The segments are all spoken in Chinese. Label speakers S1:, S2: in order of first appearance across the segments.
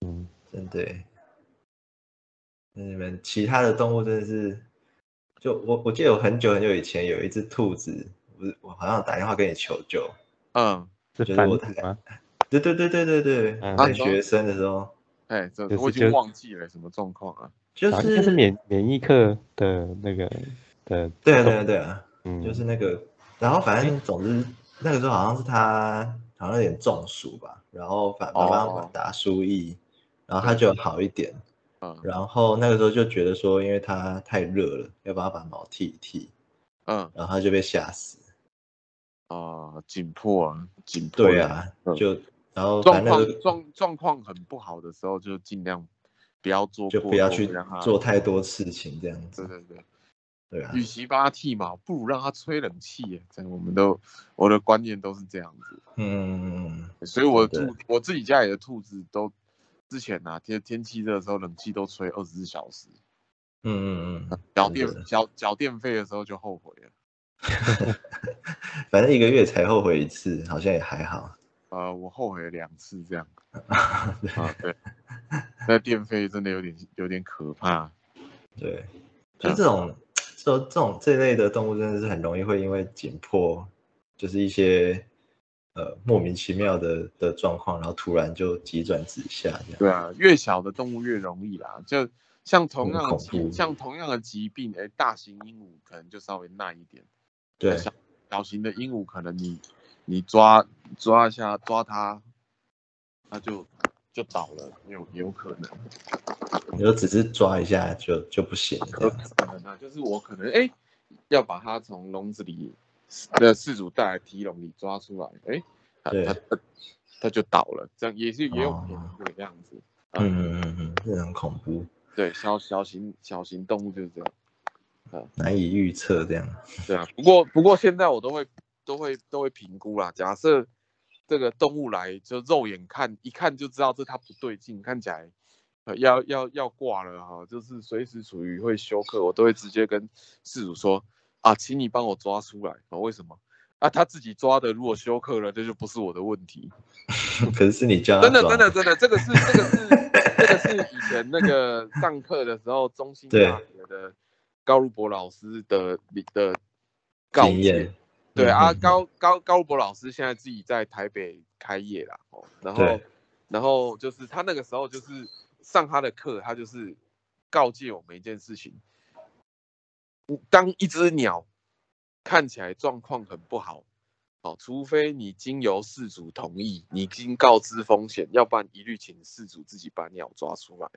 S1: 嗯，真的耶。那你们其他的动物真的是，就我我记得我很久很久以前有一只兔子，我是我好像打电话跟你求救，
S2: 嗯，
S1: 就是是
S3: 反
S1: 我
S3: 骨
S1: 太
S3: 吗？
S1: 对对对对对对，
S3: 嗯
S1: 在学生的时候，
S2: 哎，这
S3: 就是
S2: 我已
S3: 就
S2: 经
S3: 是
S2: 忘记了什么状况啊。
S1: 就
S3: 啊，应该
S1: 是
S3: 是免免疫课的那个的，
S1: 对啊对啊对啊，
S3: 嗯，
S1: 就是那个，然后反正总之那个时候好像是他好像有点中暑吧，然后反妈妈
S2: 哦
S1: 打输液，然后他就好一点，
S2: 嗯
S1: 然后那个时候就觉得说，因为他太热了，要帮他把毛剃一剃，
S2: 嗯
S1: 然后他就被吓死。
S2: 啊，紧迫啊，紧迫。
S1: 对，啊，
S2: 嗯
S1: 就然后
S2: 状
S1: 反正那
S2: 况
S1: 个
S2: 状状况很不好的时候，就尽量不要做
S1: 就
S2: 过
S1: 不要
S2: 多
S1: 去
S2: 让它
S1: 做太多事情这样
S2: 对
S1: 子，
S2: 对对，
S1: 对啊，
S2: 与其帮他剃毛，不如让他吹冷气耶。真的，我们都我的观念都是这样子。
S1: 嗯，
S2: 所以我的
S1: 真的
S2: 兔，我自己家里的兔子都之前啊，天天气热的时候，冷气都吹二十四小时。
S1: 嗯嗯嗯，
S2: 缴
S1: 真
S2: 电
S1: 的
S2: 缴缴电费的时候就后悔了。
S1: 反正一个月才后悔一次，好像也还好。
S2: 呃，我后悔了两次这样
S1: 对
S2: 啊，对，那电费真的有点有点可怕。
S1: 对，啊就这种、这这种这类的动物真的是很容易会因为紧迫，就是一些呃莫名其妙的的状况，然后突然就急转直下这样。
S2: 对啊，越小的动物越容易啦，就像同样的
S1: 很恐
S2: 疾
S1: 怖
S2: 像同样的疾病，哎、大型鹦鹉可能就稍微耐一点，
S1: 对
S2: 小小型的鹦鹉可能你你抓抓一下抓它，它就就倒了，也有也有可能。
S1: 你就只是抓一下就就不行这
S2: 有
S1: 样。
S2: 可能啊，就是我可能哎、诶要把它从笼子里的饲主带来提笼里抓出来，哎、它
S1: 对
S2: 它它它就倒了，这样也是也有
S1: 哦
S2: 可能会这样子。
S1: 嗯嗯嗯嗯，这很恐怖，
S2: 对，小小型小型动物就是这样。
S1: 难以预测这样。
S2: 对啊，不过不过现在我都会都会都会评估啦。假设这个动物来，就肉眼看一看就知道这它不对劲，看起来、呃、要要要挂了哈，就是随时处于会休克，我都会直接跟饲主说啊，请你帮我抓出来。哦，为什么？啊，他自己抓的，如果休克了，这就不是我的问题。
S1: 可是是你教他
S2: 真的，
S1: 抓
S2: 真的，真的，这个是，这个是， 这个是以前那个上课的时候，中心
S1: 对
S2: 大学的高如博老师的的告
S1: 经
S2: 诫
S1: 验。。
S2: 对啊，
S1: 嗯嗯嗯
S2: 高高高博老师现在自己在台北开业啦，哦，然后
S1: 对
S2: 然后就是他那个时候就是上他的课，他就是告诫我们一件事情：嗯当一只鸟看起来状况很不好，哦，除非你经由事主同意，你经告知风险，要不然一律请事主自己把鸟抓出来。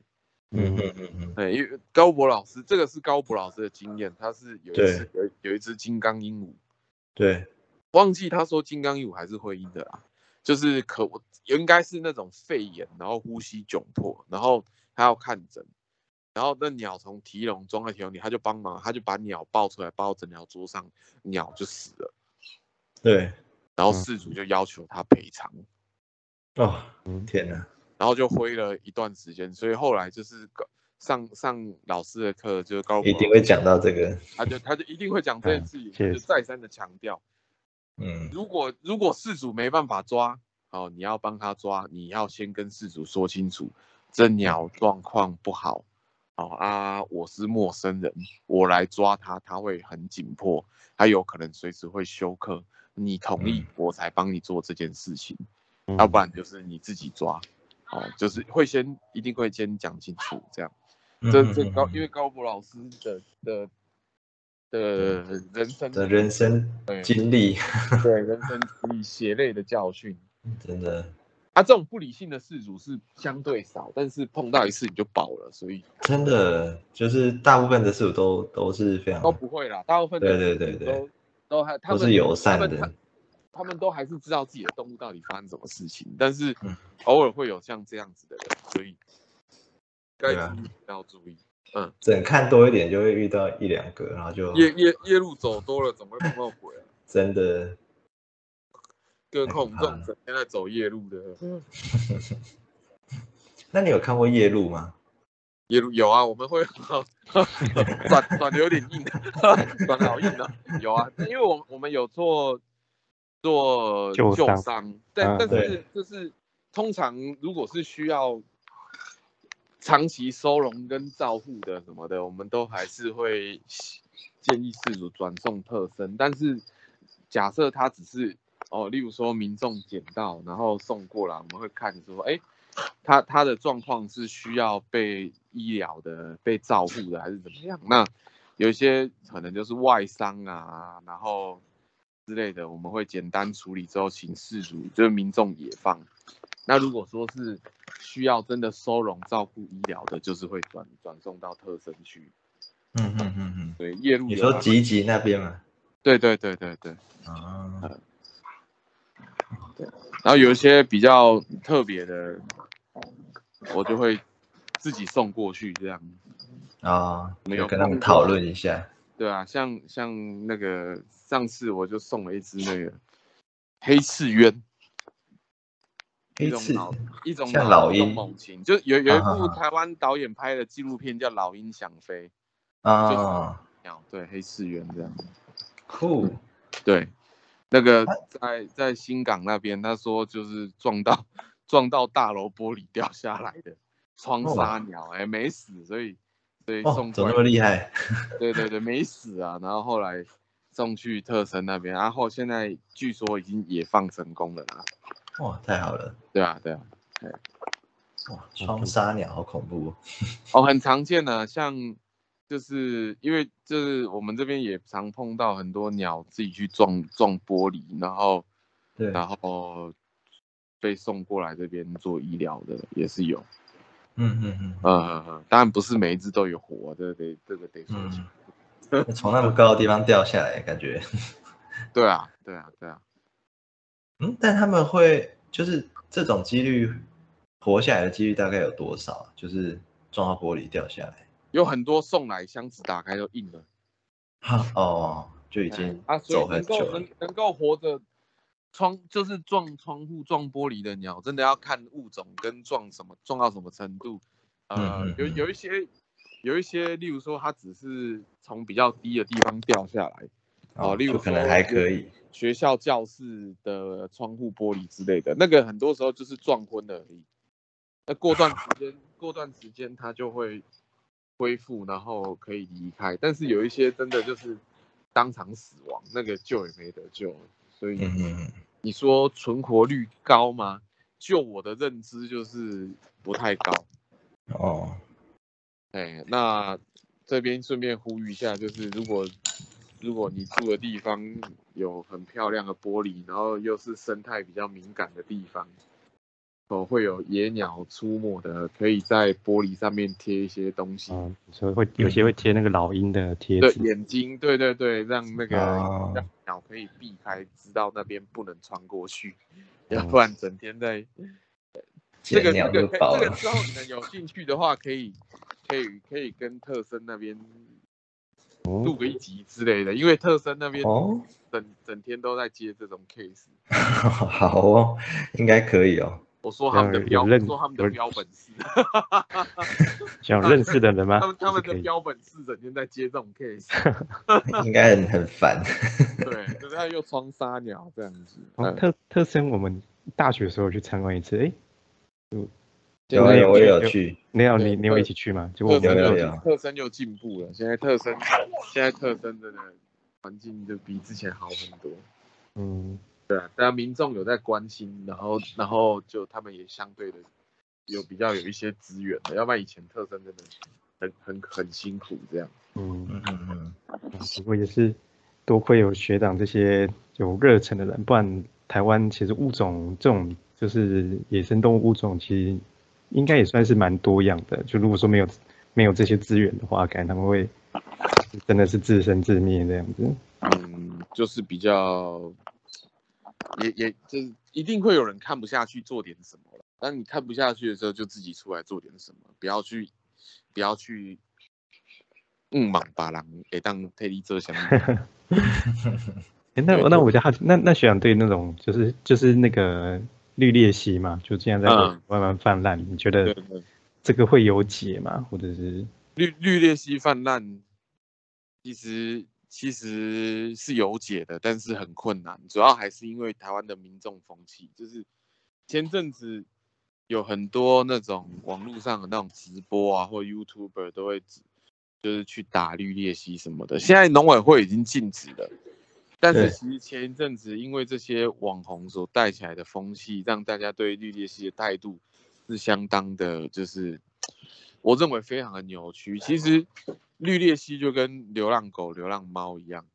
S1: 嗯
S3: 嗯
S1: 嗯嗯嗯，
S2: 对，因为高博老师这个是高博老师的经验，他是有一
S1: 对
S2: 次有一有一只金刚鹦鹉。
S1: 对，
S2: 忘记他说金刚鹦鹉还是会阴的啦，就是可我应该是那种肺炎，然后呼吸窘迫，然后他要看诊，然后那鸟从提笼装在提笼里，他就帮忙，他就把鸟抱出来，抱到诊疗桌上，鸟就死了，
S1: 对，
S2: 然后
S3: 嗯
S2: 事主就要求他赔偿，
S1: 哦，
S3: 嗯
S1: 天哪，
S2: 然后就灰了一段时间，所以后来就是高上上老师的课，就是高
S1: 一
S2: 国
S1: 定
S2: 老
S1: 会
S2: 师
S1: 讲到这个，
S2: 他就他就一定会讲这件事情，
S3: 确
S2: 他就
S3: 实
S2: 再三的强调。
S1: 嗯，
S2: 如果如果事主没办法抓，哦，你要帮他抓，你要先跟事主说清楚，这鸟状况不好，哦啊，我是陌生人，我来抓它，它会很紧迫，它有可能随时会休克，你同意
S1: 嗯
S2: 我才帮你做这件事情，
S3: 嗯
S2: 要不然就是你自己抓，哦，就是会先一定会先讲清楚这样。
S1: 嗯
S2: 这这高，因
S1: 为
S2: 为高博老师的的的人生
S1: 的人生
S2: 对
S1: 经历，
S2: 对人生 以血泪的教训。
S1: 真的
S2: 啊，这种不理性的事主是相对少，但是碰到一次你就饱了，所以
S1: 真的就是大部分的事物都都是非常
S2: 都不会啦。大部分的
S1: 对对对对
S2: 都都还他
S1: 都
S2: 们
S1: 是友善
S2: 他
S1: 的
S2: 们他他们都还是知道自己的动物到底发生什么事情，但是
S1: 嗯
S2: 偶尔会有像这样子的人，所以该
S1: 对啊
S2: 注意要注意。
S1: 整看多一点就会遇到一两个，然后就
S2: 夜夜夜路走多了，怎么会碰到鬼啊？
S1: 真的
S2: 更何况我
S1: 太可
S2: 们这
S1: 怕
S2: 种整天在走夜路的，
S1: 那你有看过夜路吗？
S2: 也有啊，我们会转转的有点硬，转的好硬啊，有啊，因为我我们有做做
S3: 救
S2: 救
S3: 伤
S2: 伤，但
S3: 嗯
S2: 但是
S1: 对
S2: 就是通常如果是需要长期收容跟照护的什么的，我们都还是会建议事主转送特生，但是假设他只是哦，例如说民众捡到然后送过来，我们会看说，哎、他他的状况是需要被医疗的、被照护的，还是怎么样？那有一些可能就是外伤啊，然后之类的，我们会简单处理之后，请事主就是民众野放。那如果说是需要真的收容照顾医疗的，就是会转转送到特生区。
S1: 嗯嗯嗯嗯，
S2: 对，夜路
S1: 你
S2: 有
S1: 说
S2: 啊
S1: 吉吉那边嘛？
S2: 对对对对对。
S1: 啊，
S2: 然后有一些比较特别的，我就会自己送过去这样。
S1: 啊，
S2: 呃没有
S1: 就跟他们
S2: 碰过
S1: 讨论一下。
S2: 对啊，像像那个上次我就送了一只那个黑刺鸢，一
S1: 黑
S2: 种
S1: 刺
S2: 老一种
S1: 像老
S2: 一种
S1: 鹰
S2: 猛禽，就有有一
S1: 啊
S2: 部
S1: 哈哈
S2: 台湾导演拍的纪录片叫《老鹰想飞》，
S1: 啊，哦
S2: 鸟对黑刺鸢这样。
S1: 酷
S2: 对，那个
S1: 啊
S2: 在在新港那边，他说就是撞到撞到大楼玻璃掉下来的窗纱鸟，哎、没死，所以所以
S1: 哦
S2: 送，
S1: 怎
S2: 过
S1: 么
S2: 来
S1: 那么厉害？
S2: 对对对，没死啊。然后后来送去特生那边，然后现在据说已经野放成功了啦。
S1: 哇，太好了！
S2: 对啊，对啊，
S1: 哇，
S2: 嗯
S1: 窗纱鸟好恐怖哦。
S2: 哦，很常见的、像就是因为就是我们这边也常碰到很多鸟自己去撞撞玻璃，然后
S1: 对，
S2: 然后被送过来这边做医疗的也是有，
S1: 嗯嗯嗯
S2: 呃，当然不是每一只都有活，这个得这个得说
S1: 嗯
S2: 清楚。，
S1: 那从那么高的地方掉下来，感觉，
S2: 对啊，对啊，对啊，
S1: 嗯，但他们会就是这种几率活下来的几率大概有多少啊？就是撞到玻璃掉下来。
S2: 有很多送来箱子打开就硬了，
S1: 哈哦，就已经
S2: 啊，
S1: 走
S2: 所以能
S1: 很久
S2: 够
S1: 了
S2: 能。能够活着。窗就是撞窗户、撞玻璃的鸟，真的要看物种跟撞什么撞到什么程度。呃，
S1: 嗯嗯
S2: 有
S1: 嗯
S2: 有一些有一些，例如说它只是从比较低的地方掉下来，哦例如
S1: 就可能
S2: 说
S1: 还
S2: 有
S1: 可以。
S2: 学校教室的窗户玻璃之类的，那个很多时候就是撞昏了而已。那过段时间，过段时间它就会恢复，然后可以离开。但是有一些真的就是当场死亡，那个救也没得救。所以
S1: 嗯嗯嗯，
S2: 你说存活率高吗？就我的认知就是不太高。
S1: 哦，
S2: 哎，那这边顺便呼吁一下，就是如果如果你住的地方有很漂亮的玻璃，然后又是生态比较敏感的地方，哦，会有野鸟出没的，可以在玻璃上面贴一些东西，
S1: 哦
S3: 啊，所以会有
S1: 嗯
S3: 些会贴那个老鹰的贴
S2: 对
S3: 纸，
S2: 眼睛，对对对，让那个、
S1: 哦
S2: 让鸟可以避开，知道那边不能穿过去，
S3: 嗯
S2: 要不然整天 在这
S1: 捡
S2: 个
S1: 哦鸟
S2: 这
S1: 就
S2: 个可以
S1: 饱
S2: 这个
S1: 了。
S2: 之后你们有兴趣的话，可以可以可以跟特森那边
S3: 哦
S2: 录个一集之类的，因为特森那边
S1: 哦，
S2: 整整天都在接这种 case。
S1: 好哦，应该可以哦。
S2: 我说他们的
S3: 有
S2: 标，
S3: 有
S2: 我
S3: 认
S2: 说他们的
S3: 有
S2: 标本 是，
S3: 想认识的人吗？
S2: 他们他
S3: 还
S2: 们
S3: 是可
S2: 的
S3: 以。哦
S2: 标本是整天在接这种 case，啊
S1: 应该很很烦。
S2: 对，然后又双杀鸟这样子。
S3: 哦，
S2: 嗯
S3: 特特生我们大学的时候有去参观一次，哎，
S1: 有啊，有我也有去。
S3: 没有
S2: 对
S3: 你你有
S2: 特
S3: 一起去吗？结果
S2: 特
S3: 我
S2: 生
S3: 们
S1: 有
S2: 又
S1: 有
S2: 进特生又进步了，现在特生现在特生真的环境就比之前好很多。
S3: 嗯，
S2: 对啊，大家民众有在关心，然后然后就他们也相对的有比较有一些资源的，要不然以前特生真的很很很辛苦这样。
S3: 嗯，
S1: 嗯嗯嗯，
S3: 不过也是多亏有学长这些有热忱的人，不然台湾其实物种这种就是野生动物物种，其实应该也算是蛮多样的。就如果说没有没有这些资源的话，感觉他们会真的是自生自灭这样子。
S2: 嗯，就是比较，也也就是一定会有人看不下去做点什么了。当你看不下去的时候，就自己出来做点什么，不要去不要去，嗯，莽巴郎也当退力做想。
S3: 哎，那
S2: 对
S3: 那
S2: 就
S3: 我比较好奇，那那学长对那种就是就是那个绿鬣蜥嘛，就这样在
S2: 嗯
S3: 慢慢泛滥，你觉得
S2: 对对
S3: 这个会有解吗？或者是
S2: 绿绿鬣蜥泛滥，其实其实是有解的，但是很困难，主要还是因为台湾的民众风气，就是前阵子有很多那种网络上的那种直播啊，或 YouTuber 都会就是去打绿鬣蜥什么的。现在农委会已经禁止了，但是
S1: 对
S2: 其实前一阵子因为这些网红所带起来的风气，让大家对绿鬣蜥的态度是相当的，就是我认为非常的扭曲。其实绿鬣蜥就跟流浪狗、流浪猫一样，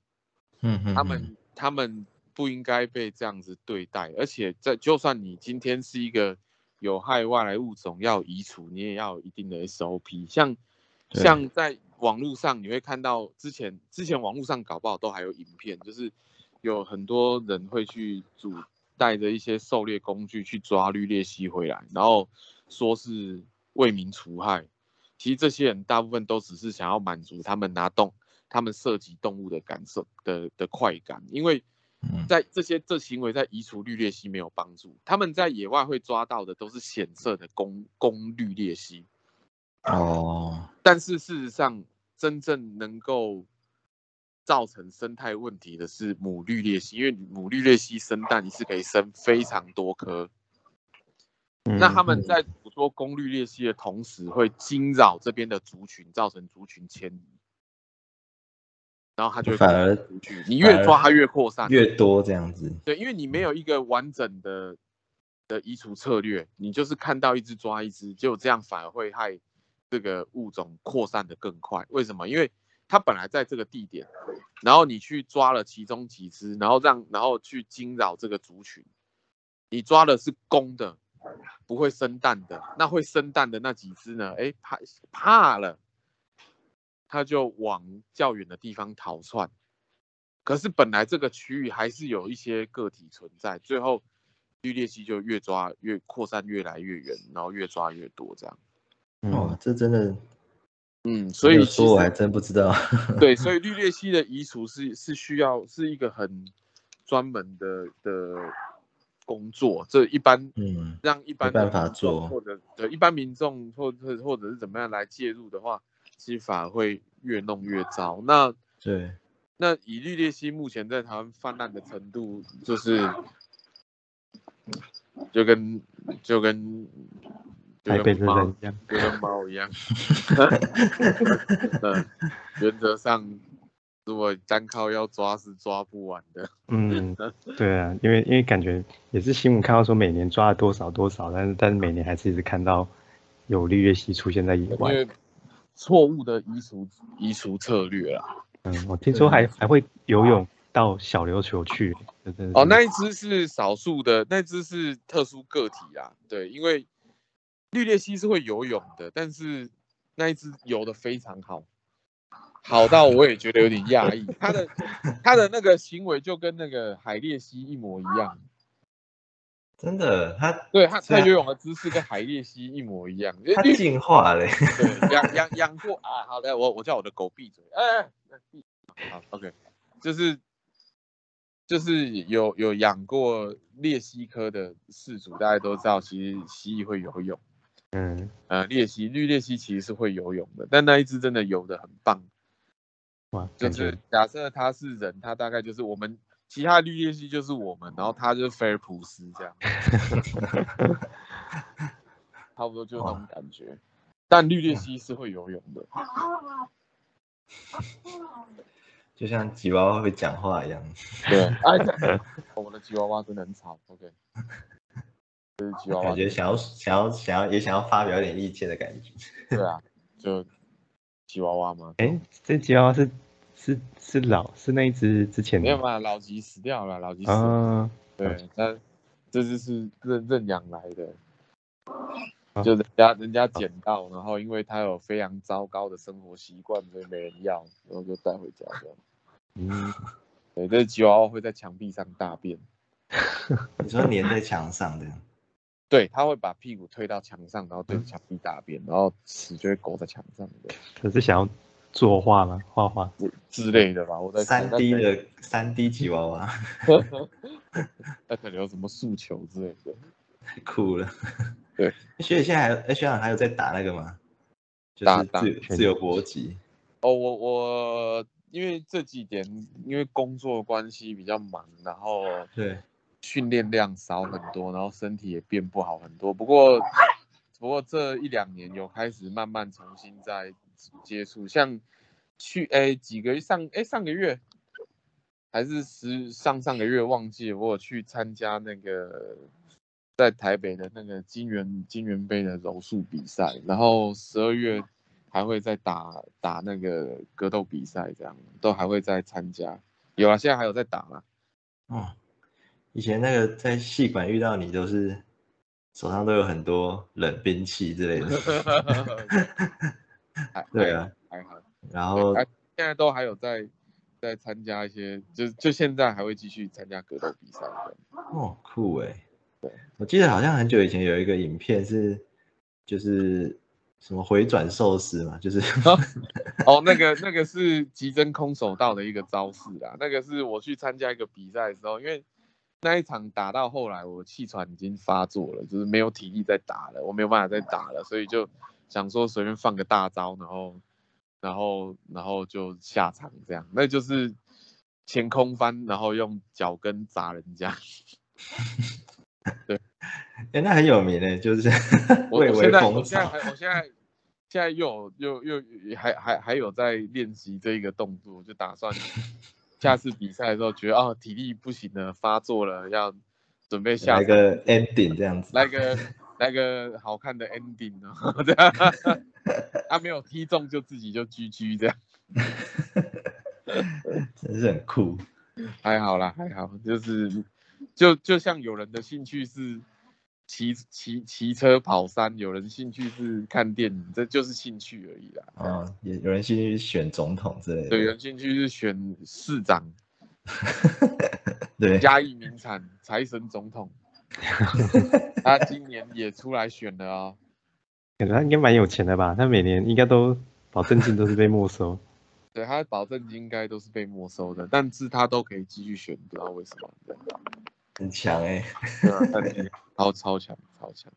S1: 嗯嗯，
S2: 他
S1: 嗯
S2: 们他们不应该被这样子对待，而且在就算你今天是一个有害外来物种要移除，你也要有一定的 SOP。像
S1: 对
S2: 像在网络上你会看到之前之前网络上搞不好都还有影片，就是有很多人会去组带着一些狩猎工具去抓绿鬣蜥回来，然后说是为民除害。其实这些人大部分都只是想要满足他们拿动他们涉及动物的感受的的快感，因为
S1: 嗯
S2: 在这些这行为在移除绿鬣蜥没有帮助，他们在野外会抓到的都是显色的公公绿鬣蜥，
S1: 哦，
S2: 但是事实上真正能够造成生态问题的是母绿鬣蜥，因为母绿鬣蜥生蛋一次可以生非常多颗，那他
S1: 嗯
S2: 们在捕捉公绿鬣蜥的同时，会惊扰这边的族群，造成族群迁移，然后它就会
S1: 反而
S2: 出去。你越抓它越扩散，
S1: 越多这样子，
S2: 对，因为你没有一个完整的的移除策略，你就是看到一只抓一只，结果这样反而会害这个物种扩散的更快。为什么？因为它本来在这个地点，然后你去抓了其中几只，然后让然后去惊扰这个族群，你抓的是公的，不会生蛋的，那会生蛋的那几只呢？哎，怕怕了，它就往较远的地方逃窜。可是本来这个区域还是有一些个体存在，最后绿鬣蜥就越抓越扩散，越来越远，然后越抓越多这样。
S3: 嗯
S1: 哦，这真的，
S2: 嗯，所以
S1: 你有
S2: 其
S1: 说我还
S2: 实
S1: 真不知道，
S2: 对，所以绿鬣蜥的移除是是需要是一个很专门的的工作，这一般
S1: 嗯，
S2: 让一般
S1: 没办
S2: 的
S1: 法
S2: 民众
S1: 做
S2: 或者对一般民众或者或者是怎么样来介入的话，其实反而会越弄越糟。那
S1: 对，
S2: 那以绿鬣蜥目前在台湾泛滥的程度，就是就跟就跟
S3: 台
S2: 就
S3: 北
S2: 跟
S3: 的
S2: 猫
S3: 人一样，
S2: 就跟猫一 样，嗯，原则上如果单靠要抓是抓不完的，
S3: 嗯，对啊，因为因为感觉也是新闻看到说每年抓了多少多少，但是但是每年还是一直看到有绿鬣蜥出现在野
S2: 因
S3: 外。
S2: 为错误的移除移除策略啦。
S3: 嗯，我听说还还会游泳到小琉球去，这真的是
S1: 嗯
S2: 哦，那一只是少数的，那只是特殊个体啦，对，因为绿鬣蜥是会游泳的，但是那一只游的非常好。好到我也觉得有点讶异，它的它的那个行为就跟那个海鬣蜥一模一样，
S1: 真的，它
S2: 对它，它
S1: 对啊
S2: 游泳的姿势跟海鬣蜥一模一样。因为
S1: 它
S2: 绿
S1: 进化嘞，
S2: 对，养养养过啊，好的，我我叫我的狗闭嘴，哎、哎哎闭嘴好，OK，就是就是有有养过鬣蜥科的饲主，大家都知道，其实蜥蜴会游泳，
S3: 嗯，
S2: 呃，鬣蜥绿鬣蜥其实是会游泳的，但那一只真的游的很棒，
S3: 哇，
S2: 就
S3: 感觉
S2: 是假设它是人，它大概就是我们其他绿鬣蜥就是我们，然后它就是菲尔普斯这样，差不多就是那种感觉。但绿鬣蜥是会游泳的，
S1: 就像吉娃娃会讲话一样，
S2: 对， 哎， 对我的吉娃娃真的很吵。OK，这是吉娃娃
S1: 感，觉想要想要想要也想要发表一点意见的感觉，
S2: 对啊，就吉娃娃嘛。
S3: 哎，这吉娃娃是是是老是那一只之前
S2: 没
S3: 的
S2: 有嘛，老吉死掉了，老吉死了。
S3: 啊，
S2: 对，但这只是认认养来的
S3: 啊，
S2: 就人家人家捡到，然后因为它有非常糟糕的生活习惯，所以没人要，然后就带回家这样。
S3: 嗯，
S2: 对，这吉娃娃会在墙壁上大便，
S1: 你说粘在墙上 这样，
S2: 对，它会把屁股推到墙上，然后对着墙壁大便，然后屎就会勾在墙上的
S3: 可是想要作画吗？画画，
S2: 之类的吧。我在
S1: 三
S2: 我在
S1: D 的三 D 吉娃娃，
S2: 那可能有什么诉求之类的。
S1: 太酷了，
S2: 对，
S1: 学姐现在还 H R 还有在打那个吗？就
S2: 打
S1: 是
S2: 打
S1: 自由自由搏击，
S2: 哦，我我因为这几年因为工作关系比较忙，然后
S1: 对，
S2: 训练量少很多，然后身体也变不好很多。不过不过这一两年有开始慢慢重新再接触，像去哎几个月上哎上个月还是十上上个月忘记了我有去参加那个在台北的那个金元金元杯的柔术比赛，然后十二月还会再打打那个格斗比赛，这样都还会再参加。有啊，现在还有在打啦。
S1: 哦，以前那个在戏馆遇到你都是手上都有很多冷兵器之类的，
S2: 还
S1: 对啊，
S2: 还好，
S1: 然 后
S2: 哎现在都还有在在参加一些，就就现在还会继续参加格斗比赛。
S1: 哦，酷哎！我记得好像很久以前有一个影片是，就是什么回转寿司嘛，就是
S2: 哦，那个那个是急真空手道的一个招式啦，那个是我去参加一个比赛的时候，因为那一场打到后来我气喘已经发作了，就是没有体力再打了，我没有办法再打了，所以就想说随便放个大招，然后然后然后就下场这样，那就是前空翻，然后用脚跟砸人家。
S1: 哎、那很有名哎，就是
S2: 我
S1: 蔚
S2: 我现
S1: 为
S2: 在
S1: 风
S2: 我现在
S1: 潮。
S2: 还我现在现在又有又又还还还有在练习这一个动作，就 打算下次比赛的时候觉得哦体力不行了，发作了，要准备下
S1: 来
S2: 场
S1: 个 ending 这样子，
S2: 来个来个好看的 ending 哦， 这样他没有踢中就自己就 GG 这样，
S1: 真是很酷。
S2: 还好啦还好，就是就就像有人的兴趣是。骑骑骑车跑山，有人兴趣是看电影，这就是兴趣而已啦。
S1: 哦，也有人兴趣选总统之类
S2: 对，有
S1: 的，
S2: 兴趣是选市长、
S1: 对，
S2: 嘉义名产、财神总 统。他今年也出来选了哦。
S3: 感觉他应该蛮有钱的吧？他每年应该都保证金都是被没收。
S2: 对，他的保证金应该都是被没收的，但是他都可以继续选，不知道为什么。对
S1: 很强哎、
S2: 对啊，但是超超强，超强。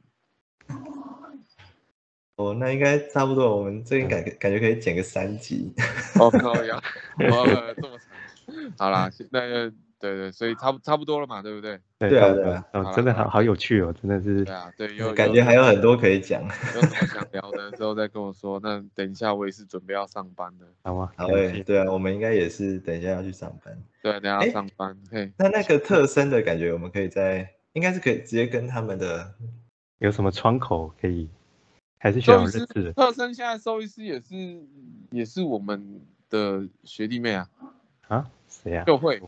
S1: 哦，那应该差不多，我们这边感觉感觉可以剪个三集。
S2: 哦，高呀，哇，这么长。好啦，那个对对，所以差不差不多了嘛，对不对？
S3: 对
S1: 对啊
S3: 差不多
S1: 对啊
S3: 哦
S2: 好啦
S3: 真的好好有趣哦，真的是
S2: 对啊，对，有
S1: 感觉还有很多可以讲。
S2: 有有什么想聊的之后再跟我说。那等一下我也是准备要上班的，
S3: 好啊，
S1: 好
S3: 感
S1: 诶、
S3: 谢
S1: 对啊，我们应该也是等一下要去上班。
S2: 对，等一下
S1: 哎
S2: 要上班。嘿，
S1: 那那个特生的感觉，我们可以在应该是可以直接跟他们的
S3: 有什么窗口可以，还是需要
S2: 兽医
S3: 有
S2: 师
S3: 认识的
S2: 特生现在兽医师也是也是我们的学弟妹啊，
S3: 啊？谁呀、
S2: 秀慧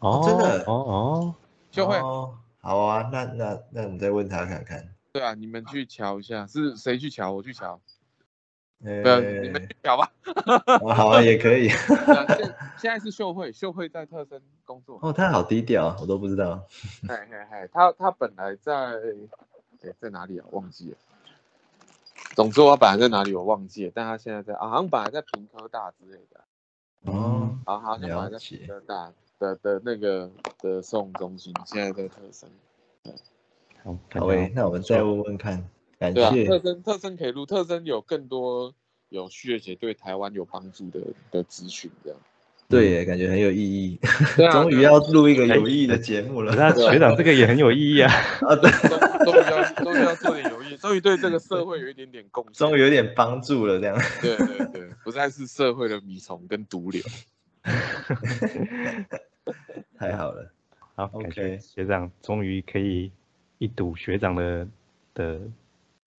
S3: 哦，
S1: 真的
S3: 哦哦，
S2: 秀慧，
S1: 哦，好啊，那那那你再问他看看。
S2: 对啊，你们去瞧一下，是谁去瞧？我去瞧，
S1: 呃
S2: 对啊，你们去瞧吧。
S1: 哦好啊，也可以。
S2: 对啊现现在是秀慧，秀慧在特生工作，
S1: 哦，他好低调啊，我都不知道。
S2: 嘿嘿嘿，他他本来在哎在哪里啊？忘记了。总之我本来在哪里我忘记了，但他现在在啊，好像本来在平科大之类的，
S1: 哦，
S2: 啊，好像本来在
S1: 了解
S2: 平科大的的那个的送中心，现在在特生。
S3: 好，感啊
S1: 好
S3: 觉
S1: 诶、那我们再问问看。感
S2: 对啊，
S1: 谢。
S2: 特征特征可以录，特征有更多有学姐对台湾有帮助的的资讯，这样。
S1: 对耶，感觉很有意义。
S2: 对啊，
S1: 终于
S2: 对啊
S1: 要录一个有意义的节目了。
S3: 那学长这个也很有意 义啊。
S1: 啊，对，
S2: 终终于要终于要做点有益，终于对这个社会有一点点贡献。
S1: 终于有点帮助了，这样。
S2: 对对对，不再是社会的米虫跟毒瘤。
S1: 太好了。
S3: 好，感谢
S1: OK
S3: 学长终于可以一睹学长的的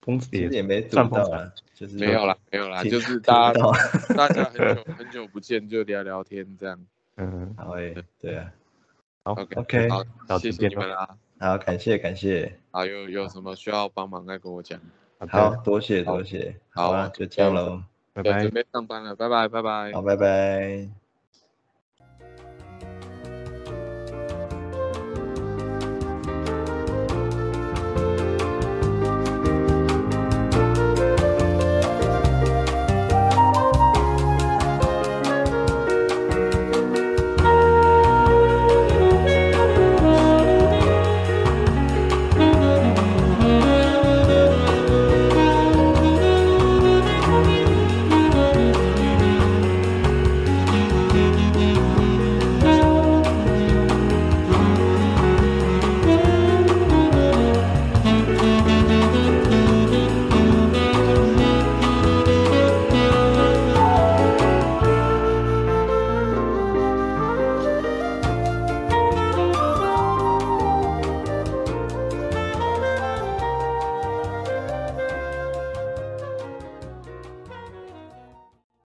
S3: 风
S1: 其实也
S3: 也
S1: 没读
S3: 算
S1: 到
S3: 碰巧
S1: 啊，就是
S2: 没有啦，没有啦，
S1: 听
S2: 啊就是大
S1: 听
S2: 家
S1: 到
S2: 大家很久很久不见就聊聊天这样。
S3: 嗯，
S1: 好诶、对啊，
S2: OK
S1: OK
S2: 好，谢谢你们啦。
S1: 好，感谢感谢，
S2: 啊，有有什么需要帮忙再跟我讲。
S3: 好的
S1: 好，，多谢
S2: 好
S1: 多谢，
S2: 好
S1: 好啊，就这样喽，
S3: 拜
S2: 对，
S3: 拜
S2: 准。备上班了，拜拜，拜拜
S1: 好，。拜拜。